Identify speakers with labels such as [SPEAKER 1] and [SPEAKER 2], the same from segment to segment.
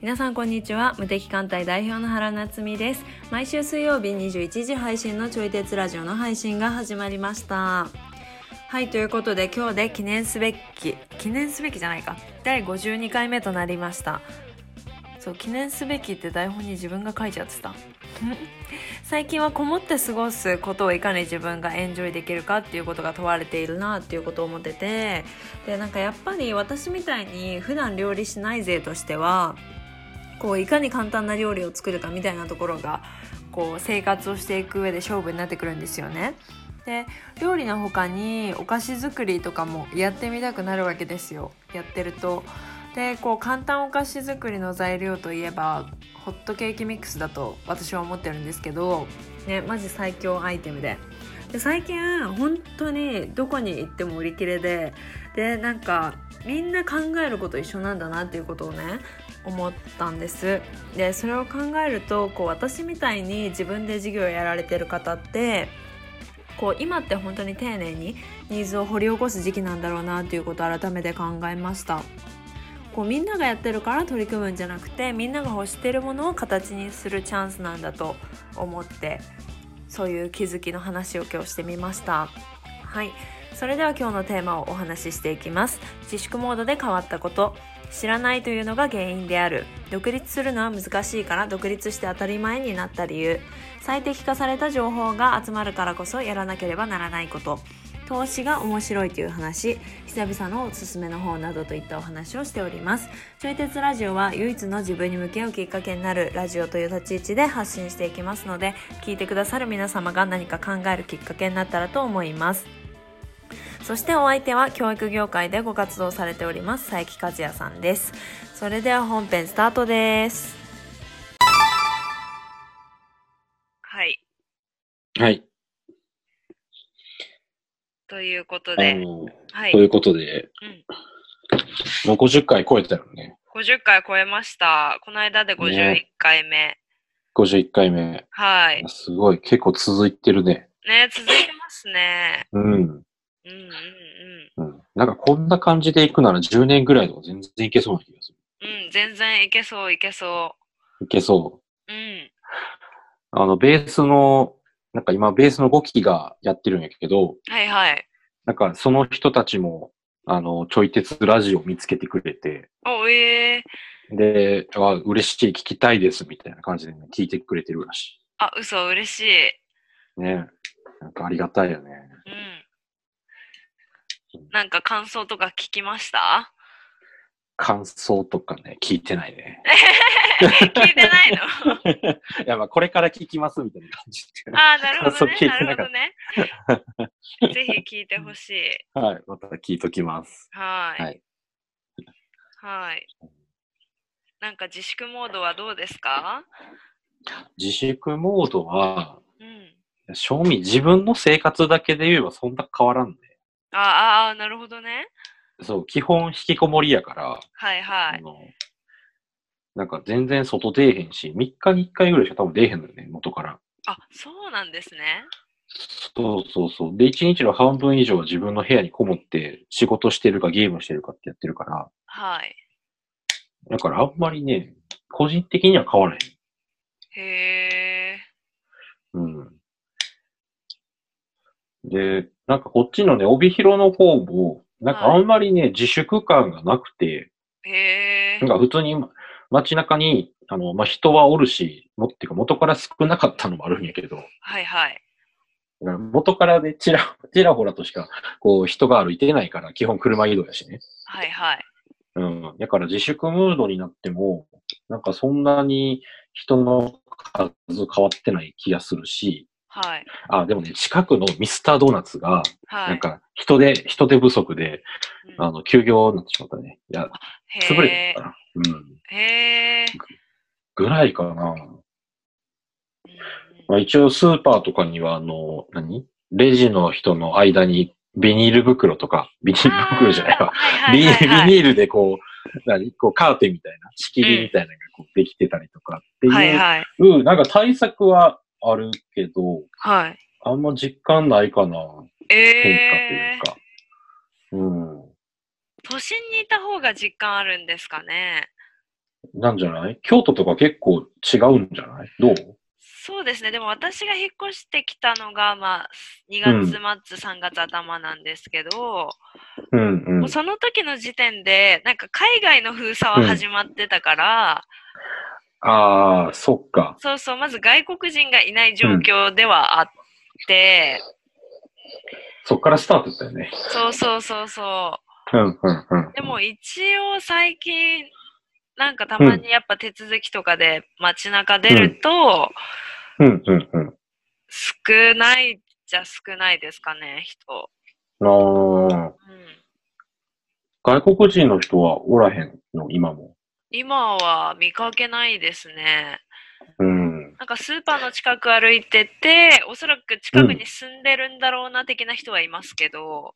[SPEAKER 1] 皆さんこんにちは無敵艦隊代表の原夏実です毎週水曜日21時配信のちょい鉄ラジオの配信が始まりましたはいということで今日で記念すべき記念すべきじゃないか第52回目となりましたそう記念すべきって台本に自分が書いちゃってた 最近はこもって過ごすことをいかに自分がエンジョイできるかっていうことが問われているなっていうことを思っててでなんかやっぱり私みたいに普段料理しない勢としてはこういかに簡単な料理を作るかみたいなところがこう生活をしていく上で勝負になってくるんですよね。で料理の他にお菓子作りとかもやってみたくなるわけですよやってると。でこう簡単お菓子作りの材料といえばホットケーキミックスだと私は思ってるんですけど、ね、マジ最強アイテムで。で最近本当にどこに行っても売り切れででなんかみんな考えること一緒なんだなっていうことをね思ったんですでそれを考えるとこう私みたいに自分で事業やられてる方ってこう今って本当に丁寧にニーズを掘り起こす時期なんだろうなということを改めて考えましたこうみんながやってるから取り組むんじゃなくてみんなが欲してるものを形にするチャンスなんだと思ってそういう気づきの話を今日してみましたはいそれでは今日のテーマをお話ししていきます自粛モードで変わったこと知らないというのが原因である独立するのは難しいから独立して当たり前になった理由最適化された情報が集まるからこそやらなければならないこと投資が面白いという話久々のおすすめの本などといったお話をしておりますちょい鉄ラジオは唯一の自分に向き合うきっかけになるラジオという立ち位置で発信していきますので聞いてくださる皆様が何か考えるきっかけになったらと思いますそしてお相手は教育業界でご活動されております佐伯和也さんですそれでは本編スタートですはい
[SPEAKER 2] はい。
[SPEAKER 1] ということ
[SPEAKER 2] あ
[SPEAKER 1] で、
[SPEAKER 2] の、
[SPEAKER 1] はい
[SPEAKER 2] ということで、
[SPEAKER 1] うん
[SPEAKER 2] もう50回超えたよね。
[SPEAKER 1] 50回超えましたこの間で51回目、
[SPEAKER 2] 51回目。
[SPEAKER 1] はい
[SPEAKER 2] すごい、結構続いてるね。
[SPEAKER 1] ね続いてますね
[SPEAKER 2] うん。
[SPEAKER 1] うんうん
[SPEAKER 2] うん、なんかこんな感じでいくなら10年ぐらいでも全然いけそうな気がす
[SPEAKER 1] うんうん全然いけそういけそ
[SPEAKER 2] る。いけそう。
[SPEAKER 1] ううん
[SPEAKER 2] あの、ベースの、なんか今ベースの5期がやってるんやけど、
[SPEAKER 1] はいはい
[SPEAKER 2] なんかその人たちも、あの、ちょい鉄ラジオ見つけてくれて、
[SPEAKER 1] おええ
[SPEAKER 2] で、あ嬉しい、聞きたいです、みたいな感じで、ね、聞いてくれてるらし
[SPEAKER 1] あ嘘嬉しい
[SPEAKER 2] い。ね。なんかありがたいよね。
[SPEAKER 1] うんなんか感想とか聞きました
[SPEAKER 2] 感想とかね、聞いてないね。
[SPEAKER 1] 聞いてないの
[SPEAKER 2] いや、まあ、これから聞きますみたいな感じで。
[SPEAKER 1] ああ、なるほどね。
[SPEAKER 2] 感想聞い
[SPEAKER 1] な
[SPEAKER 2] て
[SPEAKER 1] る
[SPEAKER 2] なか
[SPEAKER 1] ほ
[SPEAKER 2] っ
[SPEAKER 1] どね。 ぜひ聞いてほしい。
[SPEAKER 2] はい。また聞いときます。
[SPEAKER 1] はーい。
[SPEAKER 2] は
[SPEAKER 1] はいい。なんか自粛モードはどうですか
[SPEAKER 2] 自粛モードは、
[SPEAKER 1] うん。
[SPEAKER 2] 正味自分の生活だけで言えばそんな変わらんで。
[SPEAKER 1] あああ、なるほどね。
[SPEAKER 2] そう、基本引きこもりやから、
[SPEAKER 1] はいは
[SPEAKER 2] あ
[SPEAKER 1] い。
[SPEAKER 2] の、なんか全然外出えへんし、3日に1回ぐらいしか多分出えへんのよね、元から。
[SPEAKER 1] あ、そうなんですね。
[SPEAKER 2] そうそうそう。で、1日の半分以上は自分の部屋にこもって仕事してるかゲームしてるかってやってるから、
[SPEAKER 1] はい。
[SPEAKER 2] だからあんまりね、個人的には変わらへん。
[SPEAKER 1] へえ。
[SPEAKER 2] うんで、なんかこっちのね、帯広の方も、なんかあんまりね、自粛感がなくて、
[SPEAKER 1] へえ
[SPEAKER 2] なん。か普通にま街中に、あの、まあ、人はおるし、もってか元から少なかったのもあるんやけど、だか
[SPEAKER 1] はいはい。
[SPEAKER 2] ら元からね、ちら、ちらほらとしか、こう、人が歩いてないから、基本車移動やしね。
[SPEAKER 1] はいはい。
[SPEAKER 2] うん。だから自粛ムードになっても、なんかそんなに人の数変わってない気がするし、
[SPEAKER 1] はい。
[SPEAKER 2] あ、でもね、近くのミスタードーナツが、
[SPEAKER 1] はい。
[SPEAKER 2] なんか、人手、人手不足で、
[SPEAKER 1] うん、
[SPEAKER 2] あの、休業になってしまったね。いや、
[SPEAKER 1] へ
[SPEAKER 2] 潰れ
[SPEAKER 1] え
[SPEAKER 2] た。かな。うん。
[SPEAKER 1] へえ。
[SPEAKER 2] ぐらいかな。
[SPEAKER 1] うん
[SPEAKER 2] まあ、一応、スーパーとかには、あの、何レジの人の間に、ビニール袋とか、ビニール袋じゃないわ。
[SPEAKER 1] はい
[SPEAKER 2] ビニ
[SPEAKER 1] はいはいはい
[SPEAKER 2] ビニールでこう、何こう、カーテンみたいな、仕切りみたいなのがこうできてたりとかっていう、
[SPEAKER 1] はいはい。
[SPEAKER 2] うんなんか対策はあるけど、
[SPEAKER 1] はい。
[SPEAKER 2] あんま実感ないかな、変化と
[SPEAKER 1] え
[SPEAKER 2] いうか。
[SPEAKER 1] ー、都心にいた方が実感あるんですかね。
[SPEAKER 2] うん。なんじゃない京都とか結構違うんじゃないどう
[SPEAKER 1] そうですね。でも私が引っ越してきたのが、まあ、2
[SPEAKER 2] うん
[SPEAKER 1] 月末、3月頭なんですけど、
[SPEAKER 2] うんう
[SPEAKER 1] も
[SPEAKER 2] ん
[SPEAKER 1] う。その時の時点で、なんか海外の封鎖は始まってたから、
[SPEAKER 2] ああ、そっか。
[SPEAKER 1] そうそう、まず外国人がいない状況ではあって、
[SPEAKER 2] そっからスタートだよね。
[SPEAKER 1] そうそうそうそう。
[SPEAKER 2] うんうんうん。
[SPEAKER 1] でも一応最近、なんかたまにやっぱ手続きとかで街中出ると、
[SPEAKER 2] うんうんうん。
[SPEAKER 1] 少ないじゃ少ないですかね、人。
[SPEAKER 2] ああ、
[SPEAKER 1] うん、
[SPEAKER 2] 外国人の人はおらへんの、今も。
[SPEAKER 1] 今は見かけないですね。
[SPEAKER 2] うん。
[SPEAKER 1] なんかスーパーの近く歩いてて、おそらく近くに住んでるんだろうな的な人はいますけど、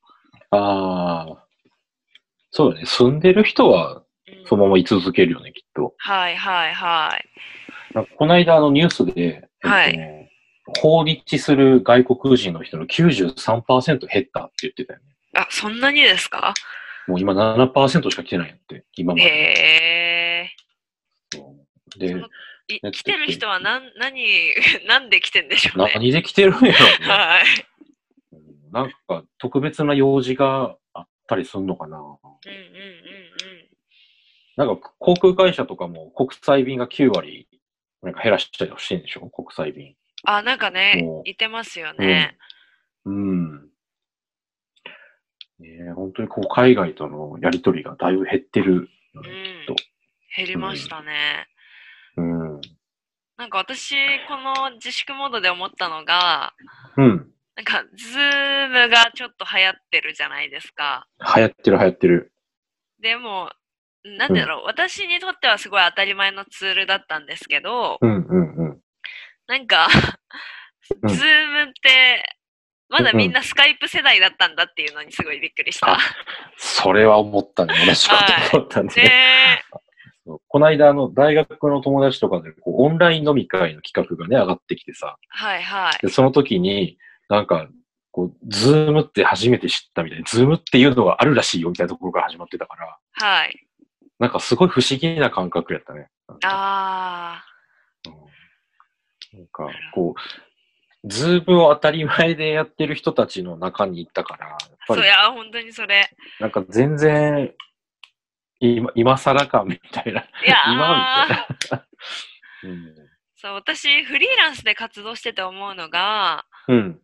[SPEAKER 2] ああ。そうだね。住んでる人は、
[SPEAKER 1] うん
[SPEAKER 2] そのまま居続けるよね、きっと。
[SPEAKER 1] はいはいはい。
[SPEAKER 2] なんかこの間、あの、ニュースで、
[SPEAKER 1] はい
[SPEAKER 2] えっとね訪日する外国人の人の93%減ったって言ってたよね。
[SPEAKER 1] あ、そんなにですか
[SPEAKER 2] もう今7%しか来てないんやって、今ま
[SPEAKER 1] へ
[SPEAKER 2] で。
[SPEAKER 1] え。
[SPEAKER 2] で
[SPEAKER 1] そ、のい
[SPEAKER 2] ね
[SPEAKER 1] 来てる人はなん何 なんで来てんでしょうね。
[SPEAKER 2] 何で来てるんやろうね
[SPEAKER 1] はい。
[SPEAKER 2] うんなんか特別な用事があったりすんのかな。
[SPEAKER 1] うんうんうん
[SPEAKER 2] なんか航空会社とかも国際便が9割なんか減らしたりほしいんでしょ国際便。
[SPEAKER 1] うん。あ、なんかね
[SPEAKER 2] も、う
[SPEAKER 1] いてますよね。
[SPEAKER 2] うん。ねえ本当にこう海外とのやりとりがだいぶ減ってるよ
[SPEAKER 1] う
[SPEAKER 2] ね。
[SPEAKER 1] ん
[SPEAKER 2] と。
[SPEAKER 1] 減りましたね。
[SPEAKER 2] うん。うん。
[SPEAKER 1] なんか私、この自粛モードで思ったのが、
[SPEAKER 2] 流
[SPEAKER 1] なんか、ズームがちょっと流行ってるじゃないですか。
[SPEAKER 2] 行ってる流行ってる。
[SPEAKER 1] でも、なんだろう、私にとってはすごい当たり前のツールだったんですけど、
[SPEAKER 2] うんうんうん。
[SPEAKER 1] なんか、
[SPEAKER 2] うん
[SPEAKER 1] ズームって、まだみんなスカイプ世代だったんだっていうのにすごいびっくりした
[SPEAKER 2] あ。それは思ったね。同じこと思ったね。
[SPEAKER 1] ね
[SPEAKER 2] そうこの間、あの、大学の友達とかで、こう、オンライン飲み会の企画がね、上がってきてさ、
[SPEAKER 1] はいはい。
[SPEAKER 2] で、その時に、なんか、こう、ズームって初めて知ったみたいな、ズームっていうのがあるらしいよみたいなところから始まってたから、
[SPEAKER 1] はい。
[SPEAKER 2] なんかすごい不思議な感覚やったね。
[SPEAKER 1] あ
[SPEAKER 2] うんなんか、こう、ズームを当たり前でやってる人たちの中に行ったから、やっ
[SPEAKER 1] あ、そ
[SPEAKER 2] ぱり
[SPEAKER 1] うい、や、本当にそれ。
[SPEAKER 2] なんか全然、今、今更感みたいな。
[SPEAKER 1] いや
[SPEAKER 2] 今みたい
[SPEAKER 1] ー
[SPEAKER 2] な。うん
[SPEAKER 1] そう、私、フリーランスで活動してて思うのが、
[SPEAKER 2] うん。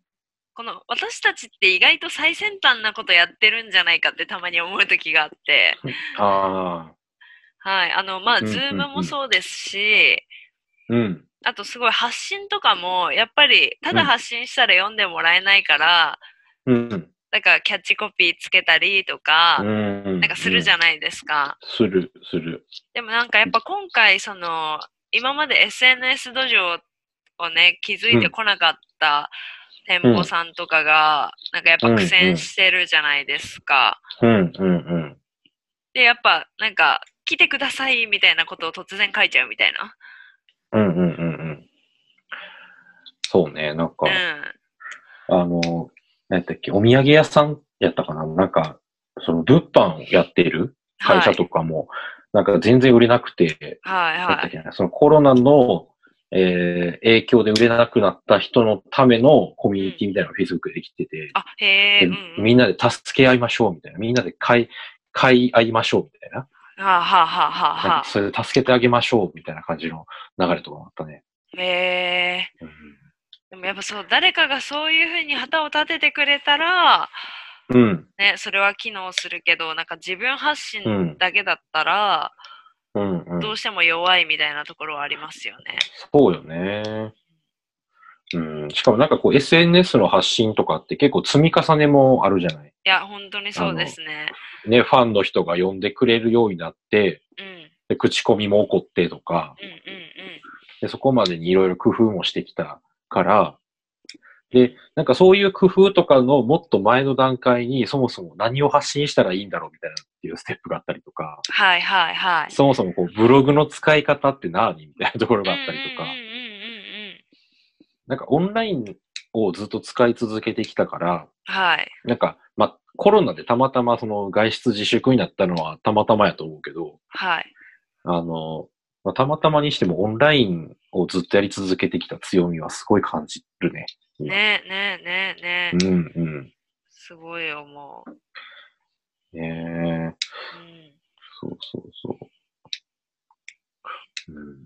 [SPEAKER 1] この私たちって意外と最先端なことやってるんじゃないかってたまに思う時があって、
[SPEAKER 2] ああ。
[SPEAKER 1] はい。あの、まあ、
[SPEAKER 2] うんうんうん
[SPEAKER 1] ズームもそうですし、
[SPEAKER 2] うん。
[SPEAKER 1] あとすごい発信とかも、やっぱり、ただ発信したら読んでもらえないから、
[SPEAKER 2] うん。
[SPEAKER 1] だからキャッチコピーつけたりとか、
[SPEAKER 2] な
[SPEAKER 1] なんかするじ
[SPEAKER 2] ゃん。
[SPEAKER 1] ゃないですか。
[SPEAKER 2] する、する。
[SPEAKER 1] でもなんかやっぱ今回その今まで SNS 土壌をね気づいてこなかった店舗さんとかが、なんかやっぱ苦戦してるじゃないですか。
[SPEAKER 2] うん、うん、うん。
[SPEAKER 1] でやっぱなんか来てくださいみたいなことを突然書いちゃうみたいな。
[SPEAKER 2] うん、うん、うん、うん。そうね、なんか
[SPEAKER 1] う、ん。
[SPEAKER 2] あの、なんやったっけ、お土産屋さんやったかななんか、その物販をやってる会社とかも、なんか全然売れなくて、
[SPEAKER 1] はい
[SPEAKER 2] なん
[SPEAKER 1] は
[SPEAKER 2] だっ
[SPEAKER 1] い。
[SPEAKER 2] けなそのコロナの、えー影響で売れなくなった人のためのコミュニティみたいなのが Facebook でできてて、
[SPEAKER 1] あへえ。
[SPEAKER 2] で
[SPEAKER 1] うんうん
[SPEAKER 2] みんなで助け合いましょうみたいな、みんなで買い、買い合いましょうみたいな。
[SPEAKER 1] はあ、はあはあはあ
[SPEAKER 2] なん
[SPEAKER 1] は
[SPEAKER 2] かそれで助けてあげましょうみたいな感じの流れとかもあったね。
[SPEAKER 1] あ、へえ。でもやっぱそう誰かがそういうふうに旗を立ててくれたら、
[SPEAKER 2] うん。
[SPEAKER 1] ね、それは機能するけどなんか自分発信
[SPEAKER 2] うん。
[SPEAKER 1] だけだったら、
[SPEAKER 2] うん。うん
[SPEAKER 1] どうしても弱いみたいなところはありますよね。
[SPEAKER 2] そうよね。うん。しかもなんかこう SNS の発信とかって結構積み重ねもあるじゃない。
[SPEAKER 1] いや、本当にそうですね。
[SPEAKER 2] ね、ファンの人が呼んでくれるようになって、
[SPEAKER 1] うん、うん、うん、
[SPEAKER 2] で口コミも起こってとか、でそこまでにいろいろ工夫もしてきたから、で、なんかそういう工夫とかのもっと前の段階にそもそも何を発信したらいいんだろうみたいなっていうステップがあったりとか、
[SPEAKER 1] はい、はい、はい。
[SPEAKER 2] そもそもこうブログの使い方って何みたいなところ
[SPEAKER 1] うん
[SPEAKER 2] があったりとか
[SPEAKER 1] うん、うん、うん、うん。
[SPEAKER 2] なんかオンラインをずっと使い続けてきたから、
[SPEAKER 1] はい。
[SPEAKER 2] なんか、まあ、コロナでたまたまその外出自粛になったのはたまたまやと思うけど、
[SPEAKER 1] はい。
[SPEAKER 2] あの、まあ、たまたまにしてもオンラインをずっとやり続けてきた強みはすごい感じるね。今
[SPEAKER 1] ねえ、ねえ、ねえ、ねえ。
[SPEAKER 2] うんうん。
[SPEAKER 1] すごい思う。
[SPEAKER 2] ねえ
[SPEAKER 1] うん、
[SPEAKER 2] そうそうそう。うん、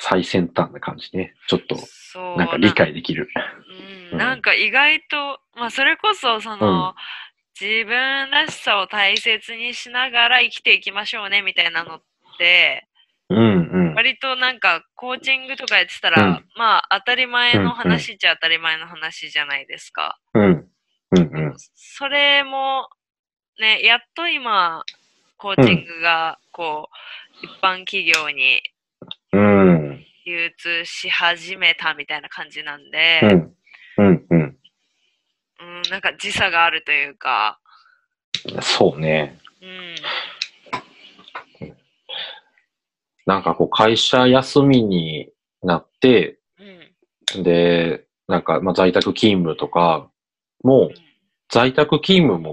[SPEAKER 2] 最先端な感じね。ちょっと、
[SPEAKER 1] そう
[SPEAKER 2] なんか理解できる。
[SPEAKER 1] う、
[SPEAKER 2] うんん
[SPEAKER 1] なんか意外と、まあ、それこそその、自分らしさを大切にしながら生きていきましょうねみたいなのって
[SPEAKER 2] うんうん。
[SPEAKER 1] 割となんかコーチングとかやってたら、
[SPEAKER 2] うん
[SPEAKER 1] まあ当たり前の話っちゃ当たり前の話じゃないですか。
[SPEAKER 2] うん。うんうん。
[SPEAKER 1] それもねやっと今コーチングがこう、一般企業に
[SPEAKER 2] うん。
[SPEAKER 1] 流通し始めたみたいな感じなんで。
[SPEAKER 2] うん。うんうん。
[SPEAKER 1] うん、なんか時差があるというか、
[SPEAKER 2] そうね。
[SPEAKER 1] うん、
[SPEAKER 2] なんかこう会社休みになって、
[SPEAKER 1] うん、
[SPEAKER 2] で、なんかまあ在宅勤務とか、もう在宅勤務も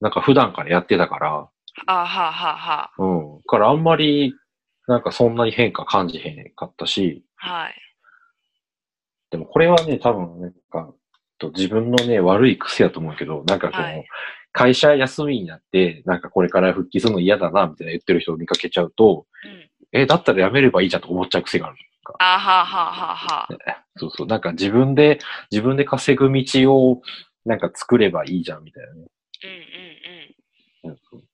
[SPEAKER 2] なんか普段からやってたから、
[SPEAKER 1] あはあはあはあ、
[SPEAKER 2] うん。からあんまりなんかそんなに変化感じへんかったし、
[SPEAKER 1] はい、
[SPEAKER 2] でもこれはね、多分なんか、と自分のね、悪い癖やと思うけど、なんかこの、
[SPEAKER 1] はい
[SPEAKER 2] 会社休みになって、なんかこれから復帰するの嫌だな、みたいな言ってる人を見かけちゃうと、
[SPEAKER 1] うん、
[SPEAKER 2] え、だったらやめればいいじゃんと思っちゃう癖がある。
[SPEAKER 1] あはあはあはあはあ、
[SPEAKER 2] そうそう。なんか自分で、自分で稼ぐ道を、なんか作ればいいじゃん、みたいなね。
[SPEAKER 1] うんうん
[SPEAKER 2] うんそう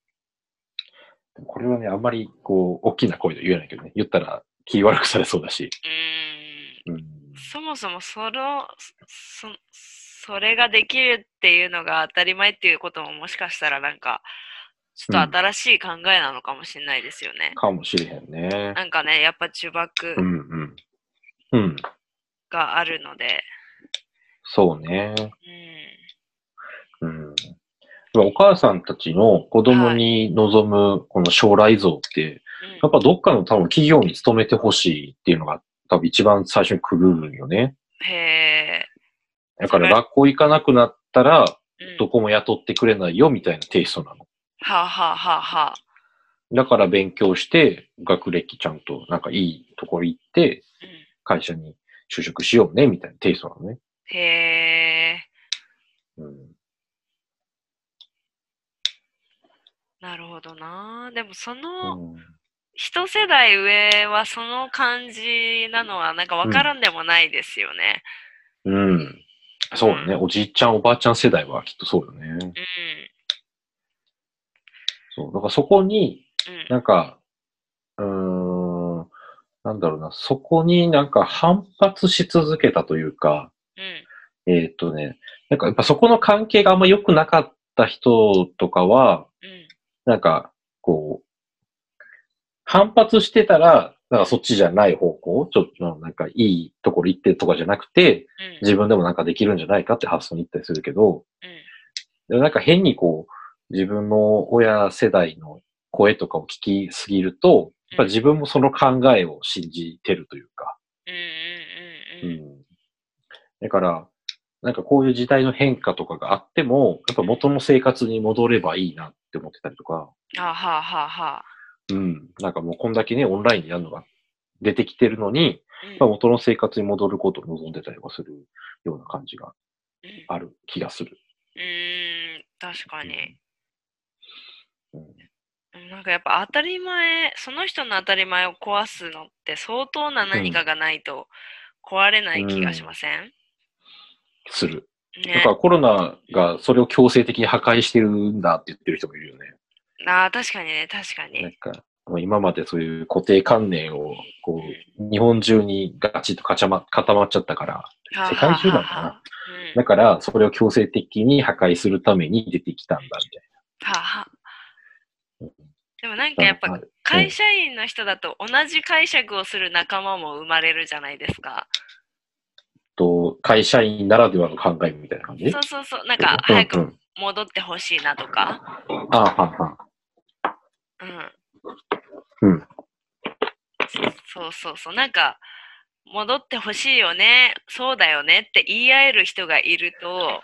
[SPEAKER 2] でもこれはね、あんまり、こう、大きな声で言えないけどね。言ったら気悪くされそうだし。
[SPEAKER 1] うん、
[SPEAKER 2] うん。
[SPEAKER 1] うん、そもそもそのそそれができるっていうのが当たり前っていうことももしかしたらなんかちょっと新しい考えなのかもしれないですよね。
[SPEAKER 2] かもしれへんね。
[SPEAKER 1] なんかね、やっぱ呪
[SPEAKER 2] う
[SPEAKER 1] 縛
[SPEAKER 2] んうん。うん。
[SPEAKER 1] があるので、
[SPEAKER 2] そうね。
[SPEAKER 1] うん、
[SPEAKER 2] うん。お母さんたちの子供に望むこの将来像って、
[SPEAKER 1] うん
[SPEAKER 2] やっぱどっかの多分企業に勤めてほしいっていうのが多分一番最初に来るんよね。
[SPEAKER 1] へ
[SPEAKER 2] だから学校行かなくなったら、
[SPEAKER 1] え、うん
[SPEAKER 2] どこも雇ってくれないよみたいなテイストなの。
[SPEAKER 1] はあはあはあはあ、
[SPEAKER 2] だから勉強して、学歴ちゃんとなんかいいところ行って、
[SPEAKER 1] うん
[SPEAKER 2] 会社に就職しようねみたいなテイストなのね。
[SPEAKER 1] へえ。
[SPEAKER 2] うん。
[SPEAKER 1] なるほどな。でもそうの
[SPEAKER 2] ん、
[SPEAKER 1] 一世代上はその感じなのはなんかわからんでもないですよね。
[SPEAKER 2] うん。そうだね。おじいちゃんおばあちゃん世代はきっとそうよね。そう。だからそこに
[SPEAKER 1] うん。うん。
[SPEAKER 2] なんか、うーん、なんだろうな、そこになんか反発し続けたというか、
[SPEAKER 1] うん。
[SPEAKER 2] えーっ、とね、なんかやっぱそこの関係があんま良くなかった人とかは、
[SPEAKER 1] うん。
[SPEAKER 2] なんか、こう、反発してたら、なんかそっちじゃない方向、ちょっとなんかいいところ行ってとかじゃなく
[SPEAKER 1] う
[SPEAKER 2] て、
[SPEAKER 1] ん。
[SPEAKER 2] 自分でもなんかできるんじゃないかって発想に行ったりするけど、
[SPEAKER 1] うん。
[SPEAKER 2] でもなんか変にこう、自分の親世代の声とかを聞きすぎると、やっぱ自分もその考えを信じてるというか。
[SPEAKER 1] うん。
[SPEAKER 2] う
[SPEAKER 1] うん。うん。
[SPEAKER 2] ん。だから、なんかこういう時代の変化とかがあっても、やっぱ元の生活に戻ればいいなって思ってたりとか、
[SPEAKER 1] はあはあはあはあ。
[SPEAKER 2] うん。なんかもうこんだけね、オンラインでやるのが出てきてるのに、
[SPEAKER 1] うん
[SPEAKER 2] やっぱ元の生活に戻ることを望んでたりはするような感じが
[SPEAKER 1] うん
[SPEAKER 2] ある気がする。
[SPEAKER 1] うーん。確かに。
[SPEAKER 2] うん。
[SPEAKER 1] なんかやっぱ当たり前、その人の当たり前を壊すのって相当な何かがないと壊れない気がしません
[SPEAKER 2] する。だ
[SPEAKER 1] ね
[SPEAKER 2] か。らコロナがそれを強制的に破壊してるんだって言ってる人もいるよね。
[SPEAKER 1] ああ、確かにね、確か
[SPEAKER 2] なん
[SPEAKER 1] に。
[SPEAKER 2] か、もう今までそういう固定観念を、こう、日本中にガチッと固ま固まっちゃったから、
[SPEAKER 1] はあ
[SPEAKER 2] 世界中な
[SPEAKER 1] は
[SPEAKER 2] のかな
[SPEAKER 1] あはあうん
[SPEAKER 2] だからそれを強制的に破壊するために出てきたんだみ
[SPEAKER 1] はあはあ
[SPEAKER 2] うん
[SPEAKER 1] でもなん
[SPEAKER 2] た
[SPEAKER 1] か
[SPEAKER 2] いな。
[SPEAKER 1] やっぱ会社員の人だと同じ解釈をする仲間も生まれるじゃないですか。
[SPEAKER 2] と、会社員ならではの考えみたいな感じ
[SPEAKER 1] そうそうそう、なんか早
[SPEAKER 2] うん
[SPEAKER 1] く
[SPEAKER 2] うん
[SPEAKER 1] 戻ってほしいなとか。
[SPEAKER 2] あはは
[SPEAKER 1] うん。
[SPEAKER 2] うん
[SPEAKER 1] そうそうそう、なんか戻ってほしいよね、そうだよねって言い合える人がいると、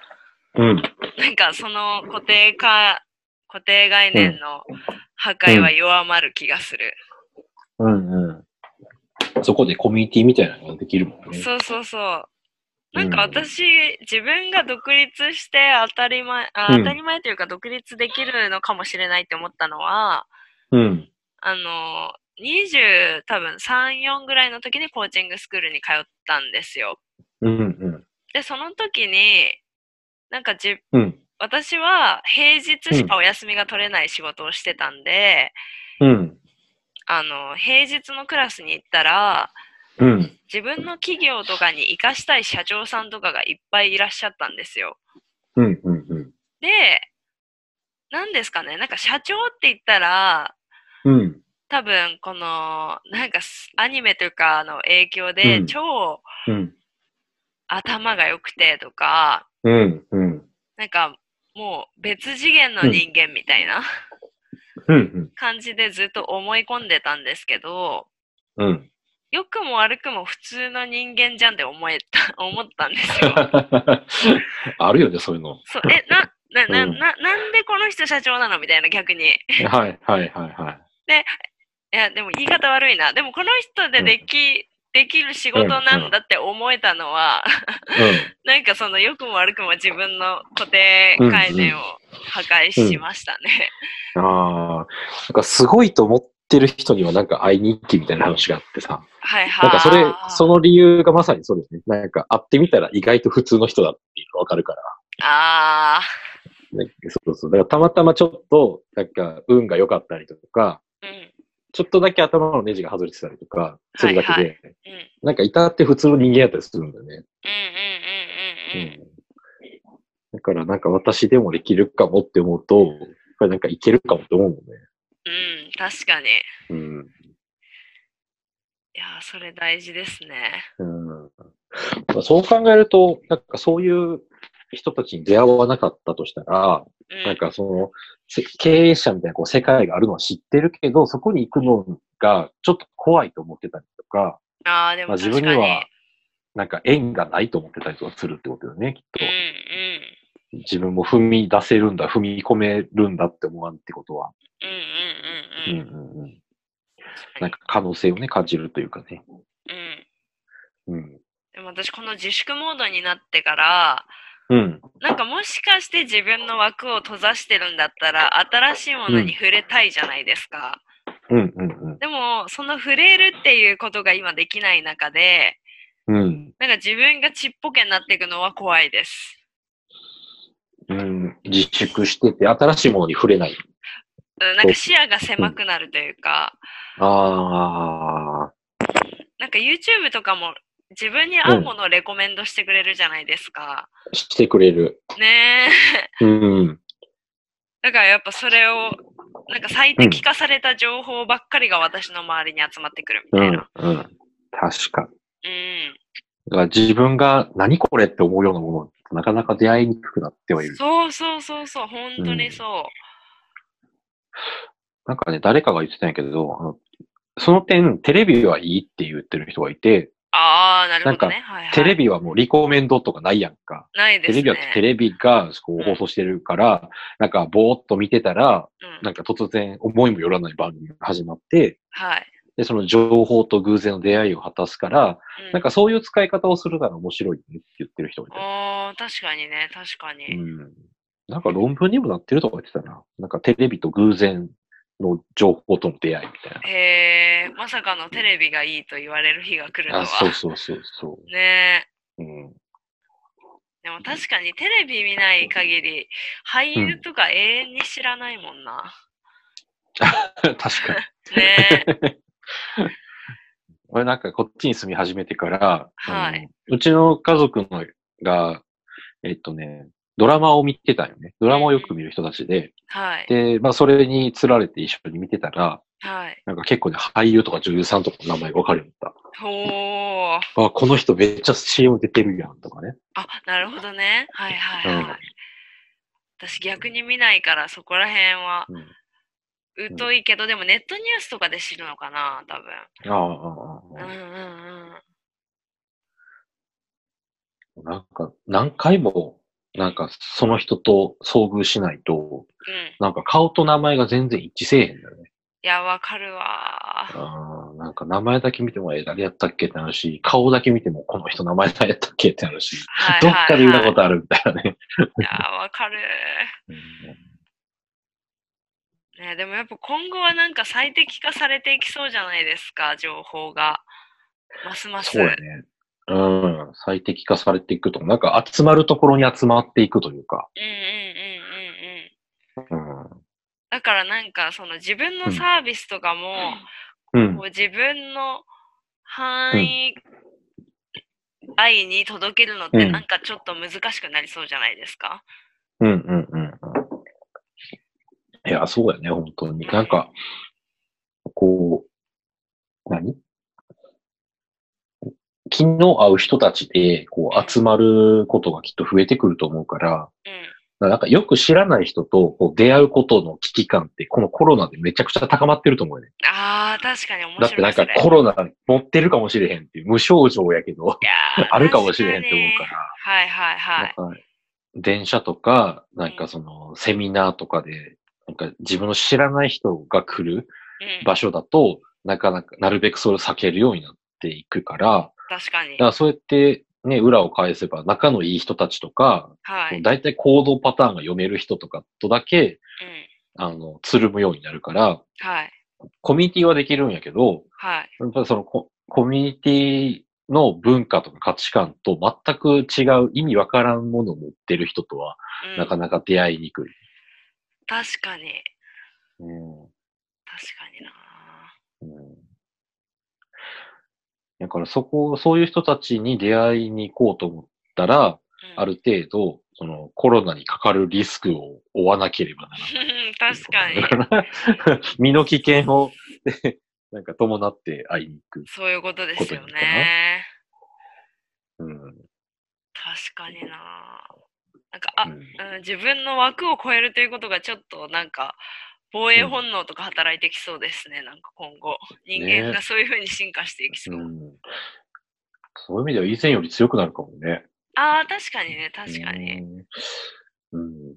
[SPEAKER 2] うん。
[SPEAKER 1] なんかその固定化、固定概念の破壊は弱まる気がする。
[SPEAKER 2] うんうん。そこでコミュニティみたいなのができるもんね。
[SPEAKER 1] そうそうそう。なんか
[SPEAKER 2] うん
[SPEAKER 1] 私、自分が独立して当たり前、あ
[SPEAKER 2] うん
[SPEAKER 1] 当たり前というか独立できるのかもしれないって思ったのは、
[SPEAKER 2] うん。
[SPEAKER 1] あの、20多分3、4ぐらいの時にコーチングスクールに通ったんですよ。
[SPEAKER 2] うん
[SPEAKER 1] で、その時に、なんかじ
[SPEAKER 2] うん。うん。
[SPEAKER 1] 私は平日しかお休みが取れない仕事をしてたんで、
[SPEAKER 2] うん。
[SPEAKER 1] あの、平日のクラスに行ったら、
[SPEAKER 2] うん。
[SPEAKER 1] 自分の企業とかに活かしたい社長さんとかがいっぱいいらっしゃったんですよ。
[SPEAKER 2] うん。うん。うん。
[SPEAKER 1] で、なんですかね、なんか社長って言ったら、
[SPEAKER 2] うん。
[SPEAKER 1] 多分この、なんかすアニメとかの影響
[SPEAKER 2] う
[SPEAKER 1] で
[SPEAKER 2] ん
[SPEAKER 1] 超
[SPEAKER 2] うん。
[SPEAKER 1] 頭が良くてとか、
[SPEAKER 2] うん。うん。
[SPEAKER 1] なんかもう別次元の人間みたいな
[SPEAKER 2] うん。
[SPEAKER 1] 感じでずっと思い込んでたんですけど、
[SPEAKER 2] うん。
[SPEAKER 1] 良くも悪くも普通の人間じゃんって思えた、思ったんですよ。
[SPEAKER 2] あるよね、そういうの。
[SPEAKER 1] そう、え、な、な、な、
[SPEAKER 2] うん
[SPEAKER 1] な、なんでこの人社長なのみたいな逆に。
[SPEAKER 2] はい、はい、はい、はい。
[SPEAKER 1] いや、でも言い方悪いな。でもこの人ででき、できる仕事なんだって思えたのは、なんかその良くも悪くも自分の固定概念を破壊しましたね。
[SPEAKER 2] うん。ああ、なんかすごいと思ってる人にはなんか会いに行きみたいな話があってさ。
[SPEAKER 1] はいは。
[SPEAKER 2] ないんかそれ、その理由がまさにそうですね。なんか会ってみたら意外と普通の人だっていうのわかるから。
[SPEAKER 1] ああ。
[SPEAKER 2] ねそうそう。だからたまたまちょっと、なんか運が良かったりとか、
[SPEAKER 1] うん。
[SPEAKER 2] ちょっとだけ頭のネジが外れてたりとか、するだけで、
[SPEAKER 1] はいはうん。
[SPEAKER 2] なんかいたって普通の人間やったりするんだよね。
[SPEAKER 1] うんうんうんうんうん。
[SPEAKER 2] だからなんか私でもできるかもって思うと、やっぱりなんかいけるかもって思うもんね。
[SPEAKER 1] うん、確かに。い
[SPEAKER 2] うん。
[SPEAKER 1] やー、それ大事ですね。
[SPEAKER 2] うんそう考えると、なんかそういう人たちに出会わなかったとしたら、
[SPEAKER 1] うん。
[SPEAKER 2] なんかその、せ経営者みたいなこう世界があるのは知ってるけど、そこに行くのがちょっと怖いと思ってたりとか、
[SPEAKER 1] ああ、で
[SPEAKER 2] ま
[SPEAKER 1] も
[SPEAKER 2] あ自
[SPEAKER 1] 確か
[SPEAKER 2] 分
[SPEAKER 1] に。
[SPEAKER 2] にはなんか縁がないと思ってたりとかするってことよね、きっ
[SPEAKER 1] うんう
[SPEAKER 2] と。
[SPEAKER 1] ん。
[SPEAKER 2] 自分も踏み出せるんだ、踏み込めるんだって思わんってことは。
[SPEAKER 1] うん
[SPEAKER 2] う
[SPEAKER 1] うんんうん
[SPEAKER 2] う
[SPEAKER 1] うん。
[SPEAKER 2] んうん。なんか可能性をね、感じるというかね。
[SPEAKER 1] うん。
[SPEAKER 2] うん。
[SPEAKER 1] でも私、この自粛モードになってから、
[SPEAKER 2] うん。
[SPEAKER 1] なんかもしかして自分の枠を閉ざしてるんだったら、新しいものに触れたいじゃないですか。
[SPEAKER 2] うんうん
[SPEAKER 1] でも、その触れるっていうことが今できない中で、
[SPEAKER 2] うん。うん。
[SPEAKER 1] なんか自分がちっぽけになっていくのは怖いです。
[SPEAKER 2] うん。自粛してて、新しいものに触れない。
[SPEAKER 1] うんなんか視野が狭くなるというか、
[SPEAKER 2] ああ、
[SPEAKER 1] なんか YouTube とかも自分に合うものをレコメンドしてくれるじゃないですか。
[SPEAKER 2] してくれる。
[SPEAKER 1] ねえ。
[SPEAKER 2] うん。
[SPEAKER 1] だからやっぱそれを、なんか最適化された情報ばっかりが私の周りに集まってくるみ
[SPEAKER 2] う
[SPEAKER 1] たい
[SPEAKER 2] ん
[SPEAKER 1] な。。
[SPEAKER 2] うん。確か
[SPEAKER 1] う
[SPEAKER 2] に。
[SPEAKER 1] ん。
[SPEAKER 2] だから自分が何これって思うようなものってなかなか出会いにくくなってはいる。
[SPEAKER 1] そうそうそうそう、本当にそ
[SPEAKER 2] なんかね、誰かが言ってたんやけど、あのその点、テレビはいいって言ってる人がいて、
[SPEAKER 1] う。ああ、なるほどね。はいはい。
[SPEAKER 2] テレビはもうリコメンドとかないやんか。
[SPEAKER 1] ないで
[SPEAKER 2] テ
[SPEAKER 1] すね。
[SPEAKER 2] レビはテレビがこう放送してるから、なんかぼーっと見てたら、
[SPEAKER 1] うん
[SPEAKER 2] なんか突然思いもよらない番組が始まって、
[SPEAKER 1] はい。
[SPEAKER 2] で、その情報と偶然の出会いを果たすから、
[SPEAKER 1] う
[SPEAKER 2] なんか、そういう使い方をするなら面白いねって言ってる人がいて。
[SPEAKER 1] ああ、確かにね、確か
[SPEAKER 2] う
[SPEAKER 1] に。
[SPEAKER 2] ん。なんか論文にもなってるとか言ってたな。なんかテレビと偶然の情報との出会いみたい
[SPEAKER 1] へえ、まさかのテレビがいいと言われる日が来ると
[SPEAKER 2] な。あ、そう
[SPEAKER 1] は。
[SPEAKER 2] そうそうそ
[SPEAKER 1] ねえ。
[SPEAKER 2] う。うん。
[SPEAKER 1] でも確かにテレビ見ない限り、俳優とか永遠に知らないもんな。
[SPEAKER 2] 確かに。
[SPEAKER 1] ねえ。
[SPEAKER 2] 俺なんかこっちに住み始めてから、
[SPEAKER 1] はい
[SPEAKER 2] あのうちの家族のが、えっとね、ドラマを見てたよね。ドラマをよく見る人たちで、
[SPEAKER 1] はい。
[SPEAKER 2] で、まあそれに釣られて一緒に見てたら、
[SPEAKER 1] はい。
[SPEAKER 2] なんか結構ね、俳優とか女優さんとかの名前がわかるようになっ
[SPEAKER 1] ほー。
[SPEAKER 2] た。あ、この人めっちゃ CM 出てるやんとかね。
[SPEAKER 1] あ、なるほどね。はいはいはい。
[SPEAKER 2] うん
[SPEAKER 1] 私逆に見ないから、そこら辺は
[SPEAKER 2] うん
[SPEAKER 1] 疎いけど、でもネットニュースとかで知るのかな、多分。
[SPEAKER 2] ああああ、ああ
[SPEAKER 1] うんうんうん。
[SPEAKER 2] なんか、何回も、なんか、その人と遭遇しないと、
[SPEAKER 1] うん。
[SPEAKER 2] なんか顔と名前が全然一致せえへんだよね。
[SPEAKER 1] いや、わかるわ。
[SPEAKER 2] あーなんか名前だけ見ても、え、誰やったっけってなるし、顔だけ見ても、この人名前誰やったっけってなるし、
[SPEAKER 1] はい
[SPEAKER 2] どっかで見たこと
[SPEAKER 1] あ
[SPEAKER 2] あるみたいなね。
[SPEAKER 1] る。いや、わかる。ね、でもやっぱ今後はなんか最適化されていきそうじゃないですか、情報が。ますます。
[SPEAKER 2] そうやね。うん。最適化されていくと、なんか集まるところに集まっていくというか。
[SPEAKER 1] うんうんうんうんうん。
[SPEAKER 2] うん。
[SPEAKER 1] だからなんかその自分の
[SPEAKER 2] うん
[SPEAKER 1] サービスとかも、
[SPEAKER 2] うん
[SPEAKER 1] こ。う自分の範囲外に届けるのって
[SPEAKER 2] うん
[SPEAKER 1] なんかちょっと難しくなりそうじゃないですか。
[SPEAKER 2] うんうんうんうん。いや、そうやね、本当に。なんか、こう、何昨日会う人たちで、こう、集まることがきっと増えてくると思うから、
[SPEAKER 1] うん。
[SPEAKER 2] なんかよく知らない人とこう出会うことの危機感って、このコロナでめちゃくちゃ高まってると思うよね。
[SPEAKER 1] ああ、確かに面
[SPEAKER 2] だって
[SPEAKER 1] 白
[SPEAKER 2] ないん
[SPEAKER 1] そ
[SPEAKER 2] か
[SPEAKER 1] れ。
[SPEAKER 2] コロナ持ってるかもしれへんっていう、無症状やけど、
[SPEAKER 1] いやー
[SPEAKER 2] あるかもしれへんって思うか
[SPEAKER 1] 確
[SPEAKER 2] ら。
[SPEAKER 1] にはいはいは
[SPEAKER 2] なん
[SPEAKER 1] い。
[SPEAKER 2] か電車とか、なんかその、セミナーとかで、なんか自分の知らない人が来る
[SPEAKER 1] うん、
[SPEAKER 2] 場所だと、なかなか、なるべくそれを避けるようになっていくから、
[SPEAKER 1] 確かに
[SPEAKER 2] だか。らそうやって、ね、裏を返せば、仲のいい人たちとか、
[SPEAKER 1] はい。うん。
[SPEAKER 2] だいたい行動パターンが読める人とかとだけ、あの、つるむようになるから、
[SPEAKER 1] はい。
[SPEAKER 2] コミュニティはできるんやけど、
[SPEAKER 1] はい。
[SPEAKER 2] やっぱりそのココミュニティの文化とか価値観と全く違う意味わからんものを持ってる人とは、
[SPEAKER 1] うん、
[SPEAKER 2] なかなか出会いにくい。
[SPEAKER 1] 確かに。
[SPEAKER 2] うん
[SPEAKER 1] 確かにな。
[SPEAKER 2] うんだからそこ、そういう人たちに出会いに行こうと思ったら、
[SPEAKER 1] うん
[SPEAKER 2] ある程度、そのコロナにかかるリスクを負わなければならない。
[SPEAKER 1] 確かに。
[SPEAKER 2] に。 身の危険を、でなんか伴って会いに行く。
[SPEAKER 1] そういうことですよ
[SPEAKER 2] ことになるか
[SPEAKER 1] ね。
[SPEAKER 2] うん
[SPEAKER 1] 確かにな。なんか、あ、
[SPEAKER 2] うん
[SPEAKER 1] うん、自分の枠を超えるということがちょっとなんか、防衛本能とか働いてきそうですね、なんか今後。人間がそういうふうに進化していきそう。
[SPEAKER 2] うんそういう意味では以前より強くなるかもね。
[SPEAKER 1] ああ、確かにね、確かに。
[SPEAKER 2] うん。